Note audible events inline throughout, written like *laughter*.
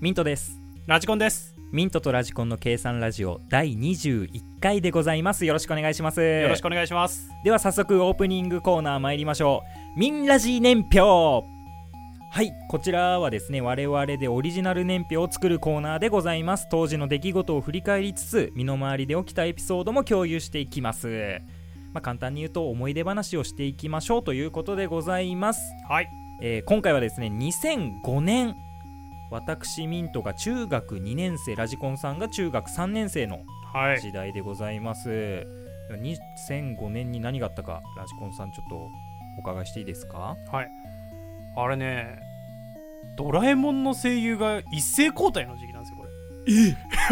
ミントですラジコンです。ミントとラジコンの計算ラジオ第21回でございますよろしくお願いしますよろしくお願いします。では早速オープニングコーナー参りましょうミンラジ年表はいこちらはですね我々でオリジナル年表を作るコーナーでございます当時の出来事を振り返りつつ身の回りで起きたエピソードも共有していきますまあ簡単に言うと思い出話をしていきましょうということでございますはい。えー今回はですね2005年私ミントが中学2年生ラジコンさんが中学3年生のはい。時代でございます、2005年に何があったかラジコンさんちょっとお伺いしていいですかはい。あれね、ドラえもんの声優が一斉交代の時期なんですよ、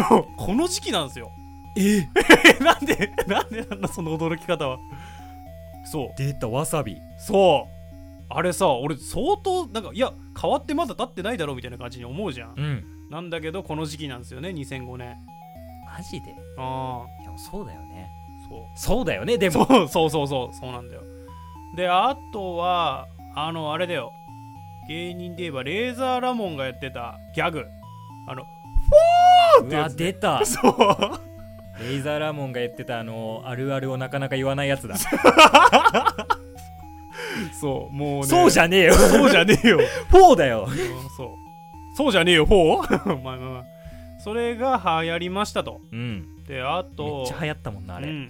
これ。え *laughs* この時期なんですよ。ええ、 *laughs* なんで、なんでなんだ、その驚き方は。そう。出たわさびそう。あれさ、俺相当、なんか、いや、変わってまだ経ってないだろうみたいな感じに思うじゃんう。んなんだけど、この時期なんですよね、2005年。マジでいああ、やそうだよねそう。そうだよねでもそうそうそうそうそうなんだよであとはあのあれだよ芸人で言えばレーザーラモンがやってたギャグあのうってやわつ出たそうレイザーラモンが言ってたあのあるあるをなかなか言わないやつだそうもうねそうじゃゃねえよ *laughs* そうじゃねえよフォーだようんそうそうじ *laughs* ゃねえよ 4? まあまあまあそれが流行りましたとうんであめとっちゃ流行ったもんなあうれん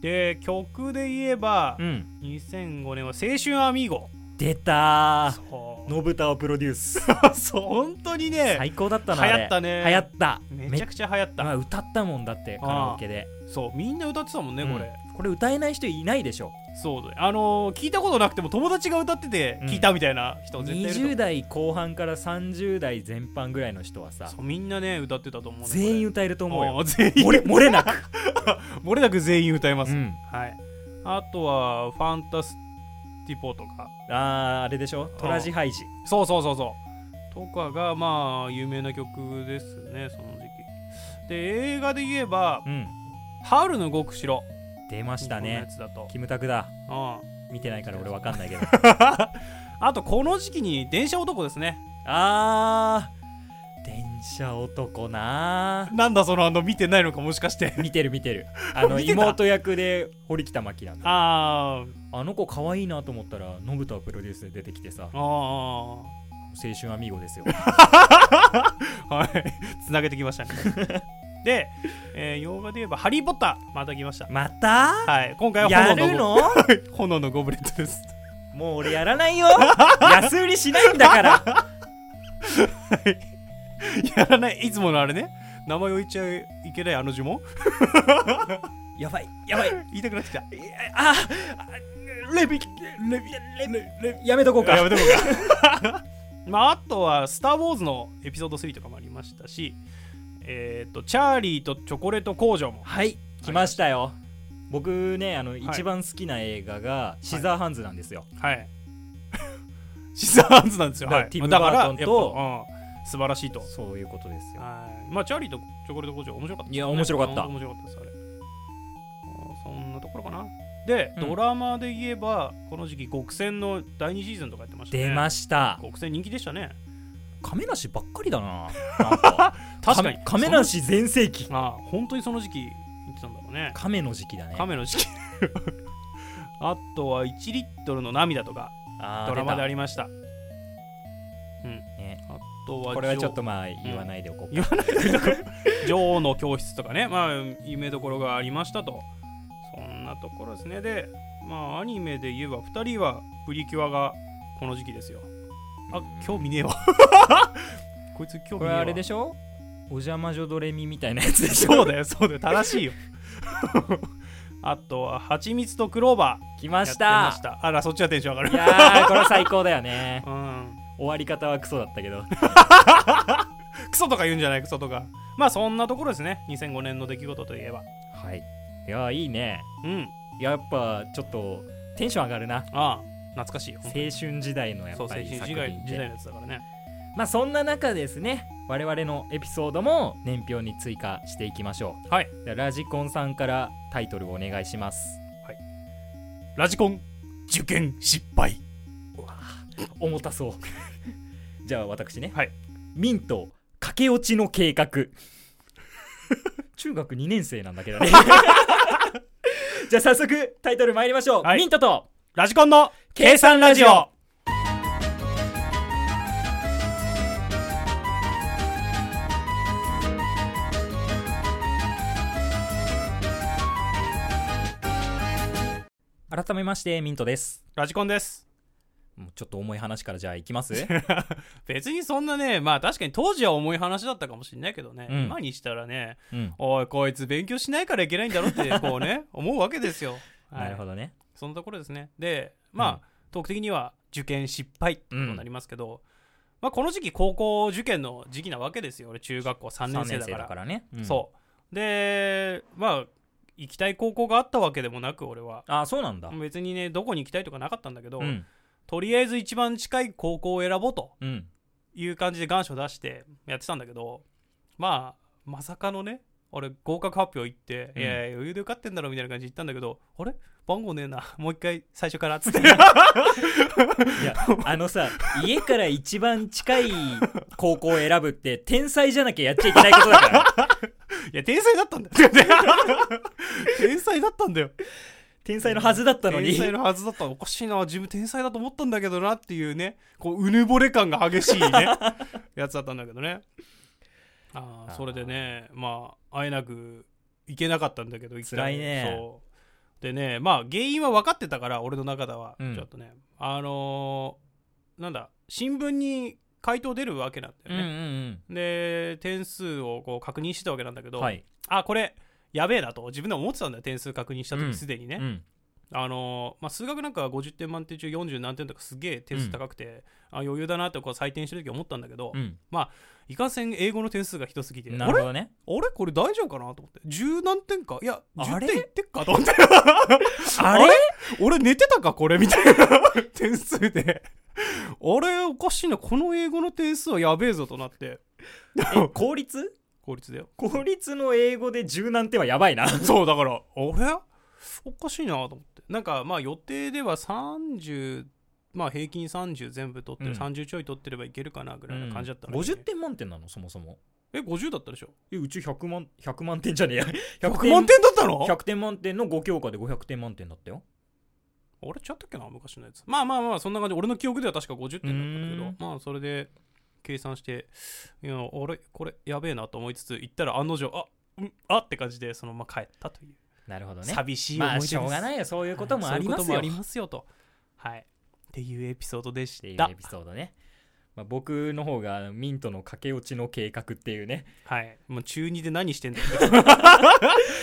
で曲で言えばうん2005年は青春アミーゴ出たそうのぶたをプロデュース *laughs* そう本当にね最高だったなあれ流行ったね流行っためちゃめくちゃ流行ったまあ歌ったもんだってカラオケでそうみんな歌ってたもんね、うんこれこれ歌えない人いないでしょそうだあのー聞いたことなくても友達が歌っててうん聞いたみたいな人絶対いると思う20代後半から30代前半ぐらいの人はさそうみんなね歌ってたと思う、ね、全員歌歌えると思うよ全員漏れ漏れ *laughs* なく、漏れなく全員歌います、うん、はいあとはファンタスティポとかあーあれでしょトラジハイジそうそうそうそうとかがまあ有名な曲ですねその時期で映画で言えばうん「春の動く城出」ました日本のやねつだと、キムタクだうん、見てないから俺わかんないけど *laughs* あとこの時期に「電車男」ですねあー電車男ななんだそのあの見てないのかもしかしてー見てる見てるあの *laughs* 見てた妹役で堀北真希なんだああの子可愛いなと思ったら信太プロデュースで出てきてさあああ青春アミーゴです *laughs* よはい、つなげてきましたね。 *laughs* で、えー、洋画で言えば、ハリー・ポッター、また来ました。またはい、今回はや炎るののゴブ炎のゴブレットです。もう俺やらない *laughs* よ安売りしないんだからやらない、いつものあれね、名前を言っちゃいけないあの呪文やばいやばい言いたくなってきた。ああレビレビレビレ *laughs* ビやめとこうかやめとこうか。 *laughs* まあ、あとは、スター・ウォーズのエピソード3とかもありましたし、えっ、と、チャーリーとチョコレート工場も。はい来ましたよ僕ねあの、い一番好きな映画がシザーハンズなんですよ、はい。 *laughs* シザーハンズなんですよ。だかはらい。ティムだからバートンとやっぱうん、素晴らしいと。そういうことですよはい、まあチャーリーとチョコレート工場面白かったですねいや面白かった本当面白かったですあれあーそんなところかなで、うんドラマで言えばこの時期極戦の第2シーズンとかやってましたね出ました極戦人気でしたね亀梨ばっかりだななんか確かに亀亀その梨全盛期あー本当にその時期行ってたんだろうね亀の時期だね亀の時期 *laughs* あとは1リットルの涙とかあードラマであ出りましたうん、ねあとたはこれは女ちょっとまあ言わないでおこうか、女王の教室とかね、まあ、有名どころがありましたと。そんなところですね。で、まあ、アニメで言えば、2人はプリキュアがこの時期ですよ。あうん、興味ねえわ。 *laughs* こいつ興味ねえわ。これあれでしょお邪魔女ドレミみたいなやつでしょそうだよ、そうだよ、正しい *laughs* よ。あとは、はちみつとクローバ来ーまやっしてまたした。あら、そっちはテンション上がい *laughs* る。やーこれ最高だよねうん。終わり方はクソだったけどクソとか言うんじゃない、クソとか。まあ、そんなところですね。2005年の出来事といえば。はいいやーいいねうん。やっぱちょっとテンション上がるなああ、懐かしいよ。青春時代のやそう、っ青ぱ春り時作代時品っ代のてやつだからね。まあそんな中ですね我々のエピソードも年表に追加していきましょはい。うではラジコンさんからタイトルをお願いしますラジコン受験失敗重たそう *laughs* じゃあ私ねはいミント駆け落ちの計 *laughs* 画中学2年生なんだけど *laughs* ねじゃあ早速タイトル参りましょう、はいミントとラジコンの計算ラジオ改めましてミントですラジコンですもうちょっと重い話からじゃあいきます *laughs* 別にそんなねまあ確かに当時は重い話だったかもしれないけどね、うん今にしたらねうんおいこいつ勉強しないからいけないんだろ *laughs* ってこうね思うわけですよ、はいなるほどねそのところですねでまあ、うんトーク的には受験失敗ってことになりますけど、まあ、この時期高校受験の時期なわけですよ俺中学校3 3年年生だか生らだからね、そうでまあ行きたい高校があったわけでもなく俺はうんあそうなんだ別にねどこに行きたいとかなかったんだけど、うんとりあえず一番近い高校を選ぼうとうんいう感じで願書出してやってたんだけどまあまさかのね俺合格発表行って、うんいやいや余裕で受かってんだろみたいな感じで行ったんだけどあれ番号ねえなもう一回最初からっ *laughs* つっていやあのさ家から一番近い高校を選ぶって天才じゃなきゃやっちゃいけないことだからいや天才だったんだ *laughs* よ天才だったんだよ天才のはずだったのに天才のはずだったのおかしいな自分天才だと思ったんだけどなっていうねこううぬぼれ感が激しいねやつだったんだけどねあああーそれでねまああえなく行けなかったんだけど行きた辛いねそうでねまあ原因は分かってたから俺の中では、うんちょっとねあのーなんだ新聞に回答出るわけなんだうんようね、んで点数をこう確認してたわけなんだけうど、んはいあこれやべえなと自分でも思ってたんだよ点数確認したうん時すでにね、うんあのーまあ、数学なんかは50点満点中40何点とかすげえ点数高くて、あ余裕だなってこう採点してる時思ったんだけど、うんいかんせん英語の点数がひどすぎてなあるほれどねあれこれ大丈夫かなと思って10何点かいやあ10れ点いってっかと思ってあれ俺寝てたかこれみたいな *laughs* 点数であれおかしいなこの英語の点数はやべえぞとなってえ効率効率だよ効率の英語で柔軟点はやばいなそうだからあれおかしいなと思ってなんかまあ予定では30まあ平均30全部取ってる、うん30ちょい取ってればいけるかなぐらいな感じだったのに、 50点満点なのそもそもえ50だったでしょえうち100万100万点じゃねえや100万点だったの100点満点の5教科で500点満点だったよ俺ちゃったっけな昔のやつまあまあまあそんな感じ俺の記憶では確か50点だったけどまあそれで計算していや俺これやべえなと思いつつ行ったら案の定あうんあって感じでそのまま帰ったという、なるほどね寂しい思まい出あですしょうがないよそういうこともありますそういうこともよありますよとはいっていうエピソードでしっていうたエピソードね、まあ、僕の方がミントの駆け落ちの計画っていうねはいもう中2で何してんだよ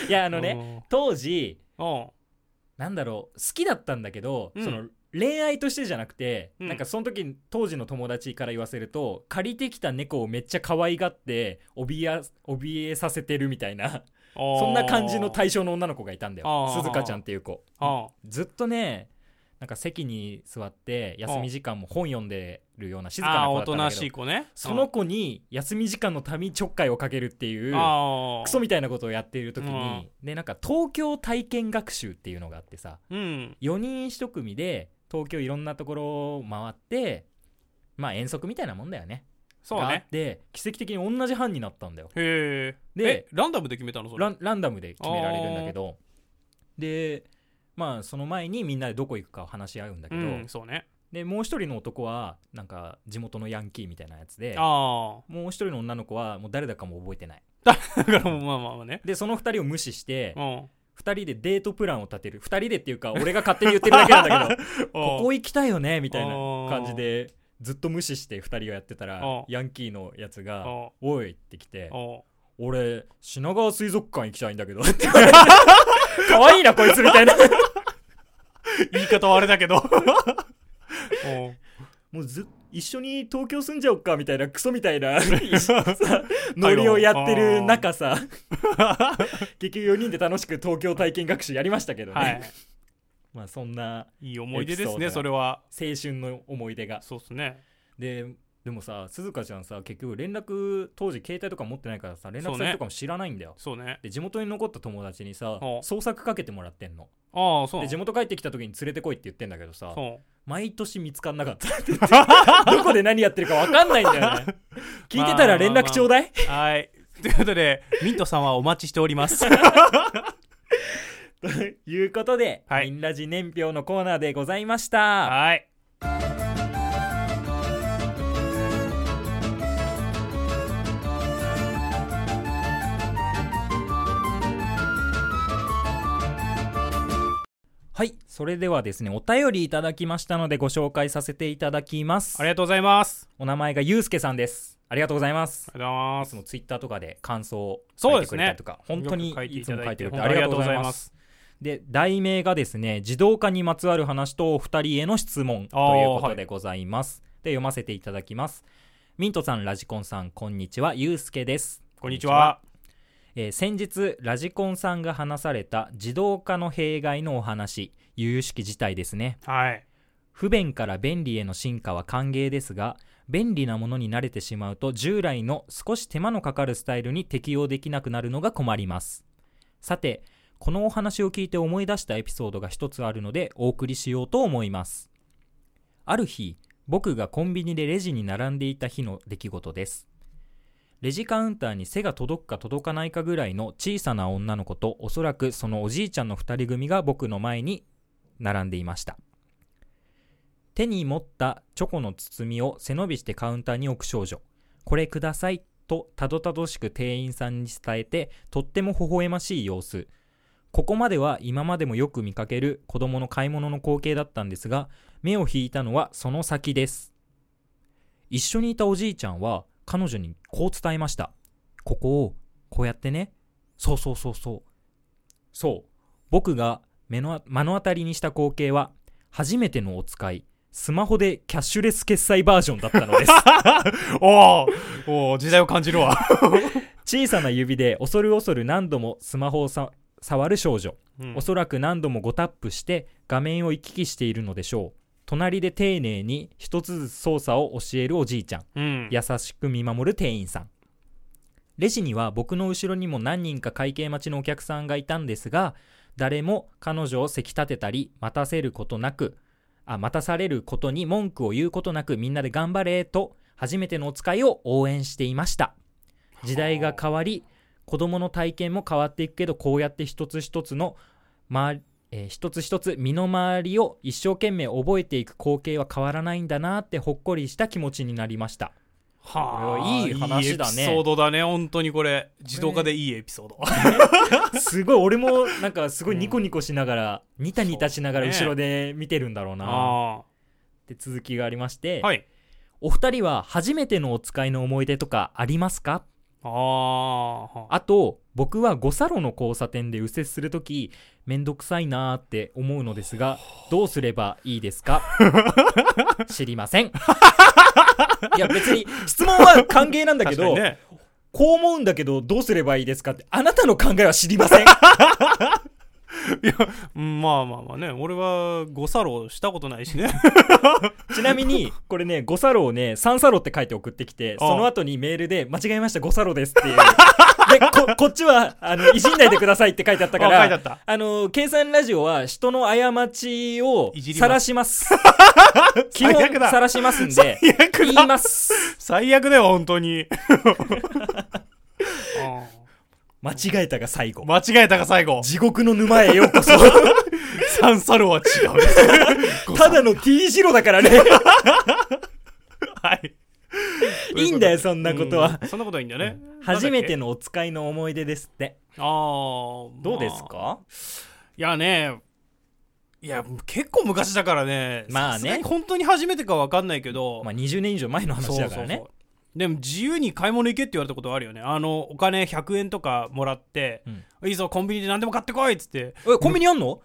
いやああのね当時うんなんだろう好きだったんだけど、うんその恋愛としてじゃなくて、うんなんかその時当時の友達から言わせると借りてきた猫をめっちゃ可愛がって怯や怯えさせてるみたいなそんな感じの対象の女の子がいたんだよあー鈴鹿ちゃんっていう子あずっとねなんか席に座って休み時間も本読んでるような静かなあー子だおったとんだなけどしい子ねその子に休み時間のためにちょっかいをかけるっていうああクソみたいなことをやっている時にでなんか東京体験学習っていうのがあってさうん4人1組で東京いろんなところを回ってまあ遠足みたいなもんだよねそうがあねって奇跡的に同じ班になったんだよへえでえランダムで決めたのそれランランダムで決められるんだけどでまあその前にみんなでどこ行くかを話し合うんだけうど、んそうねでもう一人の男はなんか地元のヤンキーみたいなやつであもう一人の女の子はもう誰だかも覚えてないあだからまあまあまあねでその2人を無視してうん2人でデートプランを立てる2人でっていうか俺が勝手に言ってるだけなんだけどこここ行きたいよねみたいなうん感じでずっと無視して2人がやってたらうんヤンキーのやつがうん「おい」ってきてお「俺品川水族館行きたいんだけど」ってかわいいなこいつみたいな言い方はあれだ *laughs* けどおもうず一緒に東京住んじゃおっかみたいなクソみたいなさノリをやってる中さ結局4人で楽しく東京体験学習やりましたけどね、はいまあそんないい思い出でエピソーすドねがそれは青春の思い出がそうっすねででもさ鈴鹿ちゃんさ結局連絡当時携帯とか持ってないからさ連絡先とかも知らないんだよ、そうねで地元に残った友達にさお捜索かけてもらってんのああそうで地元帰ってきた時に連れてこいって言ってんだけどさそう *laughs* *laughs* 毎年見つかんなかったって言ってどこで何やってるか分かんないんだよね聞いてたら連絡ちょうだい、はい。ということで、ミントさんはお待ちしてお *laughs* りま *laughs* す。ということで、はいミンラジ年表のコーナーでございました。はい。はい、それではですね、お便りいただきましたのでご紹介させていただきますあ。りがとうございます。お名前がゆうすけさんです。ありがとうございます。ありがとうございまそすの。ツイッターとかで感想をそ書ういでてすくねれたりとか、本当によく書いていいつたもだ書いいててくれて本当あにりあがりがとうごとうござざいいまますす。で、題名がですね、自動化にまつわる話とお二人への質問あーということでございます。で、読ませていただきます。ミントさん、ラジコンさん、こんにちは、ゆうすけです。こんにちは。えー先日ラジコンさんが話された自動化の弊害のお話由々しき事態ですねはい。不便から便利への進化は歓迎ですが便利なものに慣れてしまうと従来の少し手間のかかるスタイルに適応できなくなるのが困りますさてこのお話を聞いて思い出したエピソードが一つあるのでお送りしようと思いますある日僕がコンビニでレジに並んでいた日の出来事ですレジカウンターに背が届くか届かないかぐらいの小さな女の子とおそらくそのおじいちゃんの二人組が僕の前に並んでいました手に持ったチョコの包みを背伸びしてカウンターに置く少女これくださいとたどたどしく店員さんに伝えてとっても微笑ましい様子ここまでは今までもよく見かける子供の買い物の光景だったんですが目を引いたのはその先です一緒にいたおじいちゃんは彼女にこう伝えましたここをこうやってねそうそうそうそうそう僕が目の目の当たりにした光景は初めてのお使いスマホでキャッシュレス決済バージョンだったのです *laughs* *laughs* おーおー時代を感じるわ。小さな指で恐る恐る何度もスマホをさ触る少女うんおそらく何度も5タップして画面を行き来しているのでしょう隣で丁寧に一つずつ操作を教えるおじいちゃんうん。優しく見守る店員さんレジには僕の後ろにも何人か会計待ちのお客さんがいたんですが誰も彼女をせき立てたり待たせることなくあ待たされることに文句を言うことなくみんなで頑張れと初めてのお使いを応援していました時代が変わり子供の体験も変わっていくけどこうやって一つ一つの、まえー一つ一つ身の回りを一生懸命覚えていく光景は変わらないんだなってほっこりした気持ちになりましたはこあれはいい話だねいいエピソードだね、本当にこれ。自動化でいいエピソード。すごい俺もなんかすごいニコニコしながら、ニタニタしながら後ろで見てるんだろうなっあて続きがありまして、あ。はい。お二人は初めてのお使いの思い出とかありますかああ。あと僕は五差路の交差点で右折するときめんどくさいなーって思うのですがどうすればいいです *laughs* か知りません *laughs* いや別に質問は歓迎なんだけ確かにど、ね。こう思うんだけどどうすればいいですかってあなたの考えは知りませんうんまあまあまあね。俺は誤作動したことないし *laughs* ね。ちなみ *laughs* に、これね、五サロをね、三サロって書いて送ってきて、ああその後にメールで、間違えました、五サロですって *laughs* いう。で、こ、こっちは、あの、いじんないでくださいって書いてあったかあ書いてあっらた、あの、計算ラジオは人の過ちをいじります晒し *laughs* ます。基本最悪だ晒しますんで、最悪言いだます。最悪だよ、本当 *laughs* に。あ間違えたが最後あ。間違えたか、最 *laughs* 後。地獄の沼へようこ *laughs* そ。サンサロは違う。ただの T 字路だからね。 *laughs* はい。いいんだよ、そんなことは。うん。そんなことはいいんだよね。初めての。のお使いの思い出ですって。ああ。どうですまあかいやね、いや、結構昔だからね。まあねさすがに本当に初めてかわかんないけど。まあ、20年以上前の話だからね。う。でも自由に買い物行けって言われたことはあるよね。あの、お金100円とかもらって、いいぞ、コンビニで何でも買ってこいっつって。え、コンビニあんの、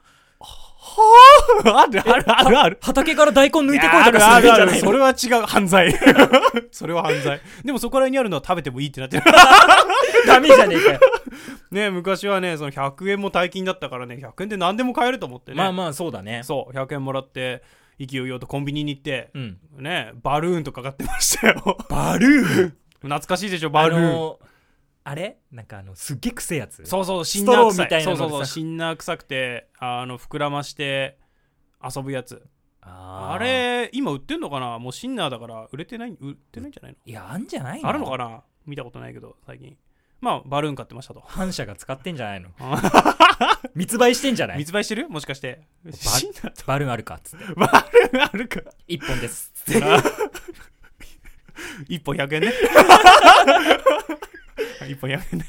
あるあるあるある。畑から大根抜いてこいあとるかあするるんじあゃるない *laughs* そのれは違う犯罪それは犯罪でもそこら辺にあるのは食べてもいいってなってるダメじゃねえかよ。ね昔はねその100円も大金だったからね100円で何でも買えると思って *laughs* ねまあまあ、そうだね。そう100円もらって勢いよとコンビニに行って、うん。ねバルーンとか買ってましたよバルーン *laughs* 懐かしいでしょあバルーン、のー、あれなんかあの、すっげえ臭いやつ。そうそう、シスントナローーみた臭いい。なそのうでさそうそう、シンナー臭くて、あの、膨らまして遊ぶやつ。あーあれ今売ってんのかなもうシンナーだから売れてない売ってないんじゃないいやあんじゃないのあるのかな見たことないけど最近まあバルーン買ってましたと反社が使ってんじゃないの密売してんじゃない密売してるもしかしてシンナーとバルーンあるかっつってバルーンあるか一本です一本100円ね *laughs* 一本100円ね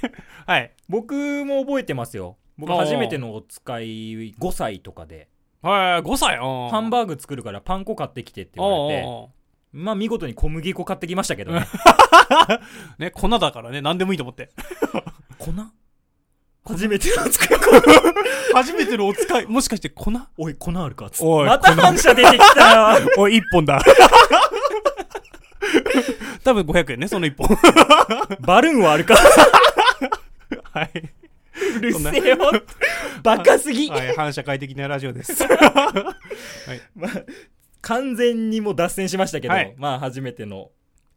はい僕も覚えてますよ僕あー初めてのお使い5歳とかではい5歳うんハンバーグ作るからパン粉買ってきてって言われておうおうおまあ見事に小麦粉買ってきましたけどねうね粉だからね何でもいいと思って粉初めての使い粉初めてのお使いもしかして粉おい粉あるかっつっておいまた反射出てきたよおい1本だ多分500円ねその1本バルーンはあるかはいうるせえよバカすぎ、はい、反社会的なラジオです。完全にもう脱線しましたけど、はいまあ初めての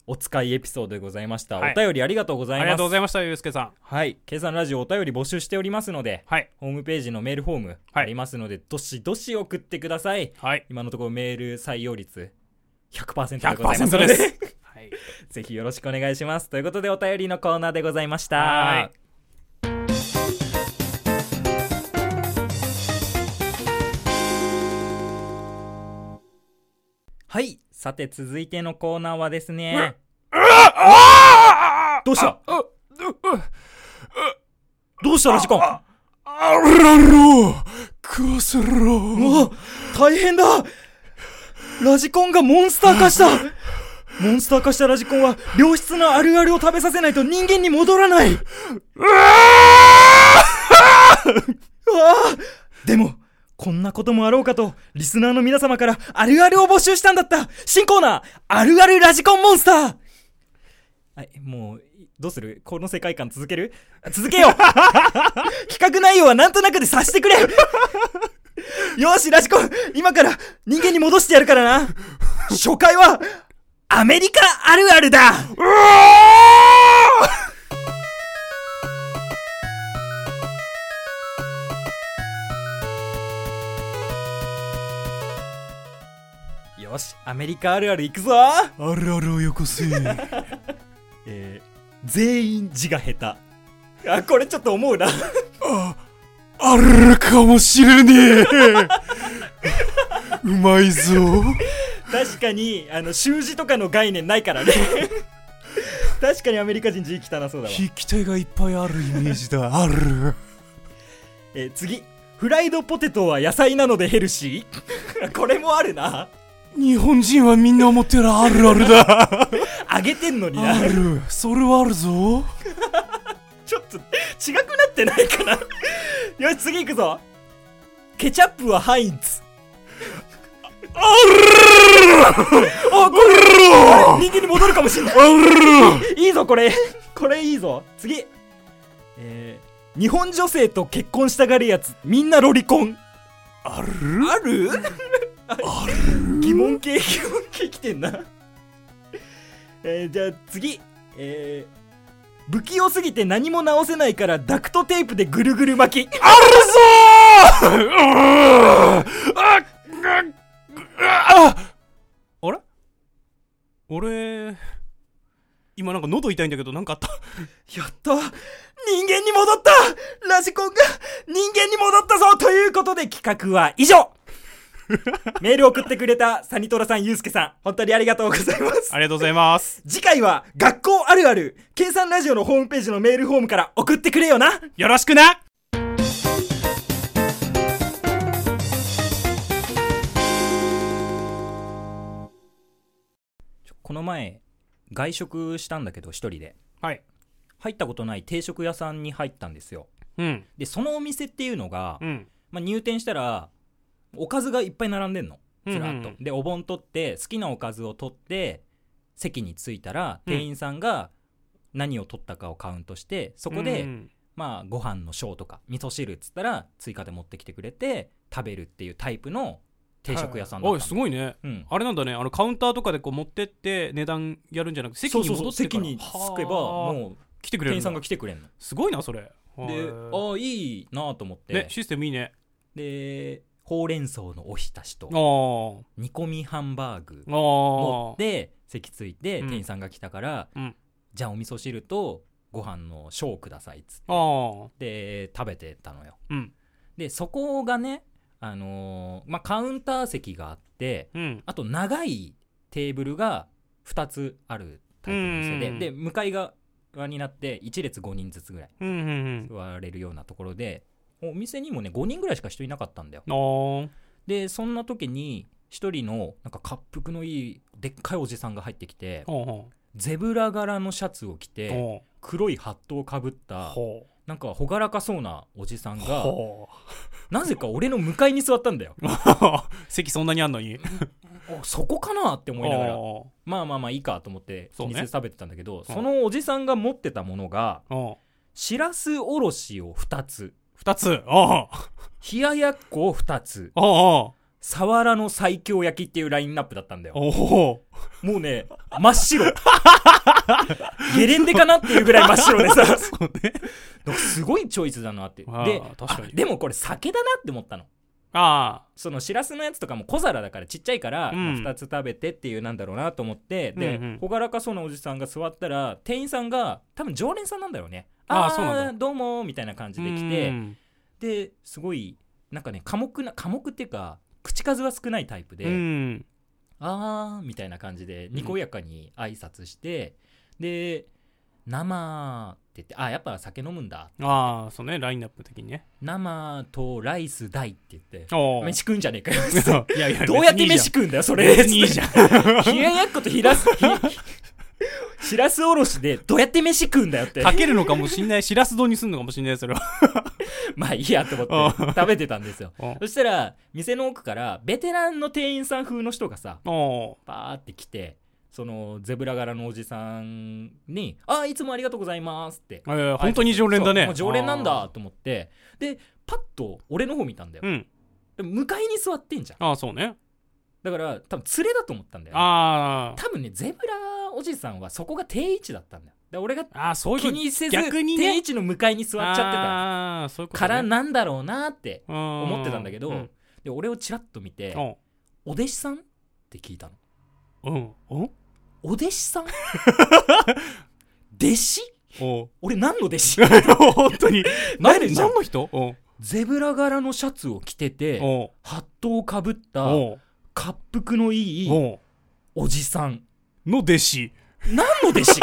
お使いエピソードでございました、はいお便りありがとうござあいりまがすとうございました、ゆうすけさん。はい計算ラジオお便り募集しておりますのではい。ホームページのメールフォームはいありますので、どしどし送ってくださいはい。今のところメール採用率100%でございます100%のでで。すはい。ぜひよろしくお願いしますということでお便りのコーナーでございましたははいさて続いてのコーナーはですねどうしたどうしたラジコンあらろ食わせろうわ大変だラジコンがモンスター化したモンスター化したラジコンは良質なあるあるを食べさせないと人間に戻らないうわあでもこんなこともあろうかとリスナーの皆様からあるあるを募集したんだった新コーナーあるあるラジコンモンスターはい、もう、いどうするこの世界観続けるあ続けよう企画内容はなんとなくで察してくれよし、ラジコン、今から人間に戻してやるからな。初回は、アメリカあるあるだよし、アメリカあるある行くぞあるあるをよこせ。えー全員字が下手。あ、これちょっと思うな。あるかもしれねえ。うまいぞ。確かに、あの、習字とかの概念ないから *laughs* ね。確かにアメリカ人字汚そうだわ。筆記体がいっぱいあるイメージだ。ある。えー次。フライドポテトは野菜なのでヘルシー *laughs* これもあるな。日本人はみんな思ってるあるあるだ。揚げてんのになあ。る。それはあるぞ。ちょっと、違くなってないかな。よし、次行くぞ。ケチャップはハインツ。あるあ、こあれ、人間に戻るかもしんない。るいいぞ、これ。これいいぞ。次。えー、日本女性と結婚したがるやつ、みんなロリコン。あるある疑問系、疑問系来てんな。えー、じゃあ次。えー、不器用すぎて何も直せないからダクトテープでぐるぐる巻き。あるぞーああああれ俺今なんか喉痛いんだけどなんかあったやっと人間に戻ったラジコンが人間に戻ったぞということで企画は以 *laughs* 上メールを送ってくれたサニトラさん、ユうスケさん、本当にありがとうございます。ありがとうございます次回は学校あるある、計算ラジオのホームページのメールフォームから送ってくれよなよろしくなこの前、外食したんだけど一人で。はい入ったことない定食屋さんに入ったんですよ。うんで、そのお店っていうのが、うんまあ、入店したらおかずがいっぱい並んでんのずらっと、うんうんでお盆取って好きなおかずを取って席に着いたらうん店員さんが何を取ったかをカウントしてそこで、うんまあご飯の小とか味噌汁っつったら追加で持ってきてくれて食べるっていうタイプの定食屋さんだおっいたすの、ごいねうん、あれなんだねあのカウンターとかでこう持ってって値段やるんじゃなくて席そうにそうそう戻ってか席らに着けばはあもう来てくれ店員るさんんがだ来てくれるのすごいなそれではああいいなと思って、いねシステムいいねでほうれん草のおひたしとお煮込みハンバーグー持おーって席ついてうん店員さんが来たから、うんじゃあお味噌汁とご飯の小くださいっつっておーで食べてたのようんでそこがねあのーまあカウンター席があってうんあと長いテーブルが2つあるタイプの店うんでで向かい側になって1列5人ずつぐらいうんうん座れるようなところでお店にもね5人ぐらいしか人いなかったんだようんおーでそんな時に一人のなんか恰幅のいいでっかいおじさんが入ってきてほうほゼブラ柄のシャツを着うてほ黒いハットをかぶっうたほなんか朗らかそうなおじさんう *laughs* がほなぜか俺の向かいに座ったん *laughs* だよう席そんなにあんのにおそこかなって思いながらおまあまあまあいいかと思って気そうねにせず食べてたんだけどうんそのおじさんが持ってたものがーおーしらすおろしを2つ二つおー冷ややっこを2つおーさわらの最強焼きっていうラインナップだったんだよおーおもうね、真っ白。 *laughs* ゲレンデかなっていうぐらい真っ白でさ、ー *laughs* そうねなんかすごいチョイスだなって。であー確かにあでもこれ酒だなって思ったの。あそのしらすのやつとかも小皿だからちっちゃいから、うん2つ食べてっていうなんだろうなと思って、で、うんうん朗らかそうなおじさんが座ったら、店員さんが多分常連さんなんだろうね。あーーそうなんだどうもーみたいな感あじで来て、で、すごい、なんかね、寡黙な、寡黙っていうか、口数は少ないタイプで、うんあーみたいな感じでにこやかに挨拶して、で生って言ってあやっぱ酒飲むんだああそうねラインナップ的にね生とライス大って言っておー飯食うんじゃねえ *laughs* かよいやいやどうやって飯食うんだよそれ別にいいじゃん冷ややっことひら *laughs* すひしらすおろしでどうやって飯食うんだよってかけるのかもしんないしらす丼にすんのかもしんないそ *laughs* れはまあいいやと思って食べてたんですよそしたら店の奥からベテランの店員さん風の人がさおーバーって来てそのゼブラ柄のおじさんに「あーいつもありがとうございます」ってえー本当に常連だそうねもう常連なんだと思ってでパッと俺の方見たんだよあーう、んで向かいに座ってんじゃんああそうねだから多分連れだと思ったんだよね、あー多分ねゼブラおじさんはそこが定位置だったんだよで俺があーそういうこ気とにせず逆にね定位置の向かいに座っちゃってたああそういうこと、ね、からなんだろうなって思思ってたんだけど、で俺をチラッと見てうん「お弟子さん?」って聞いたのうんお「お弟子 *laughs* さん? 」弟子 *laughs* お俺何の弟子本 *laughs* 当になるじゃん何の人おゼブラ柄のシャツを着てておハットをかぶったお恰幅のいいおおじさん。の弟子何の *laughs* 弟子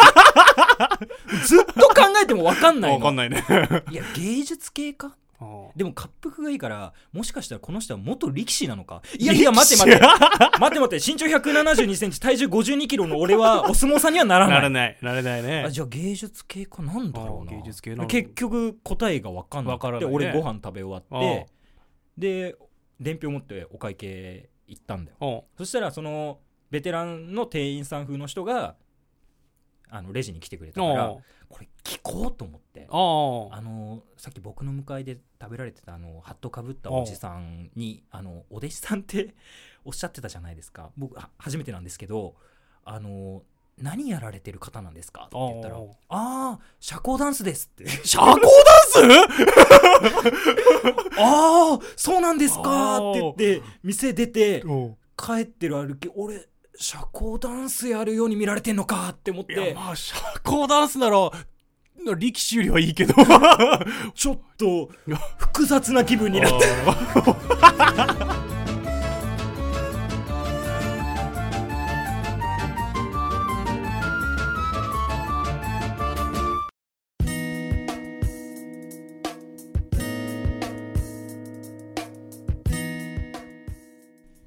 ずっと考えても分かんないの。わかんないねいや、芸術系かおでも、恰幅がいいから、もしかしたらこの人は元力士なのか *laughs* いやいや、待 *laughs* て待て。待て待て。身長172センチ、体重52キロの俺は、お相撲さんにはならない。なれないなれないねあじゃあ芸術系かなんだろうなあ芸術系なの結局答えが分かんなわかくらてないね俺ご飯食べ終わっああてで伝票持ってお会計行ったんだよおそしたらそのベテランの店員さん風の人があのレジに来てくれたからおこれ聞こうと思っておあのさっき僕の向かいで食べられてたあのハットかぶったおじさんにあのお弟子さんっておっしゃってたじゃないですか僕は初めてなんですけどあの何やられてる方なんですかって言ったらおう「ああ社交ダンスです」って「社交ダンス *laughs* ああそうなんですか」って言おうって店出てお帰ってる歩き俺社交ダンスやるように見られてんのかって思っいやてまあ社交ダンスなら力士よりはいいけどちょっと複雑な気分になった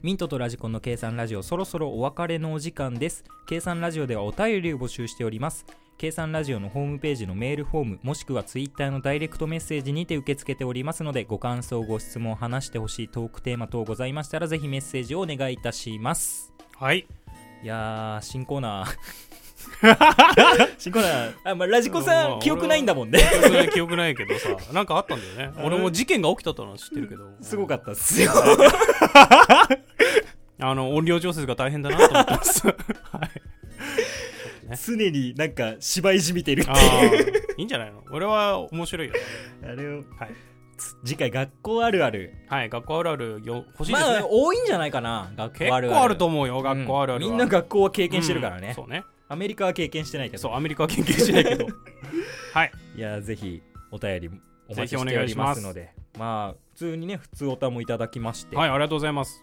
ミントとラジコンの計算ラジオそろそろお別れのお時間です計算ラジオではお便りを募集しております計算ラジオのホームページのメールフォームもしくはツイッターのダイレクトメッセージにて受け付けておりますのでご感想ご質問話してほしいトークテーマ等ございましたらぜひメッセージをお願いいたしますはいいやー新コーナー *laughs* 新コーナーあ、まあ、ラジコまさあん記憶ないんだもんねそれ記憶ないけどさなんかあったんだよね俺も事件が起きたとは知ってるけどすごかったっすよあの音量調節が大変だなと思ってま *laughs* すはい常になんか芝居じみてるってああいいんじゃないの俺は面白いよあれをはい次回学校あるあるはい、学校あるあるよ欲しいでますねあ。多いんじゃないかな学校結あるある構あると思うよ、学校あるあるうんは。みんな学校は経験してるからね、うんそうね。アメリカは経験してないけどそう、アメリカは研究しないけ *laughs* ど。はい。いやぜひお便りお待ちしておりますのでまあ普通にね普通おたもいただきまして、はい、ありがとうございます。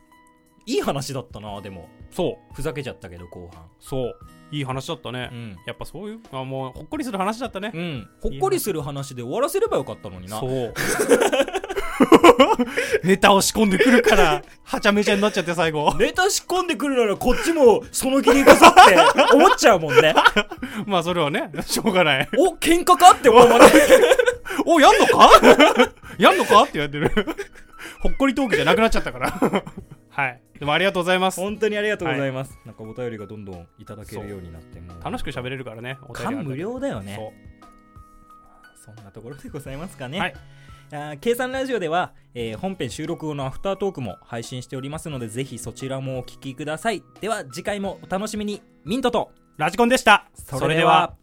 い、い話だったなでもそう、ふざけちゃったけど後半そう。いい話だったね。うん、やっぱそういう、あもうほっこりする話だったね。 *laughs* うん、ほっこりする話で終わらせればよかったのになそう。 *laughs* ネタを仕込んでくるから、はちゃめちゃになっちゃって最後。 *laughs* ネタ仕込んでくるならこっちもその気にこそって *laughs* 思っちゃうもんねまあそれはね、しょうがない。お喧嘩かって思うもん *laughs* ねお、やんのか *laughs* やんのかって言われてる。ほっこりトークじゃなくなっちゃったから。 *laughs* はい。でもありがとうございます。本当にありがとうございます、なんかお便りがどんどんいただけるようになってもう楽しく喋れるからね。お便りある感と無量だよねそう。そんなところでございますかね。はいあー計算ラジオでは、えー本編収録後のアフタートークも配信しておりますので、ぜひそちらもお聞きください。では次回もお楽しみに。ミントと、ラジコンでした。それでは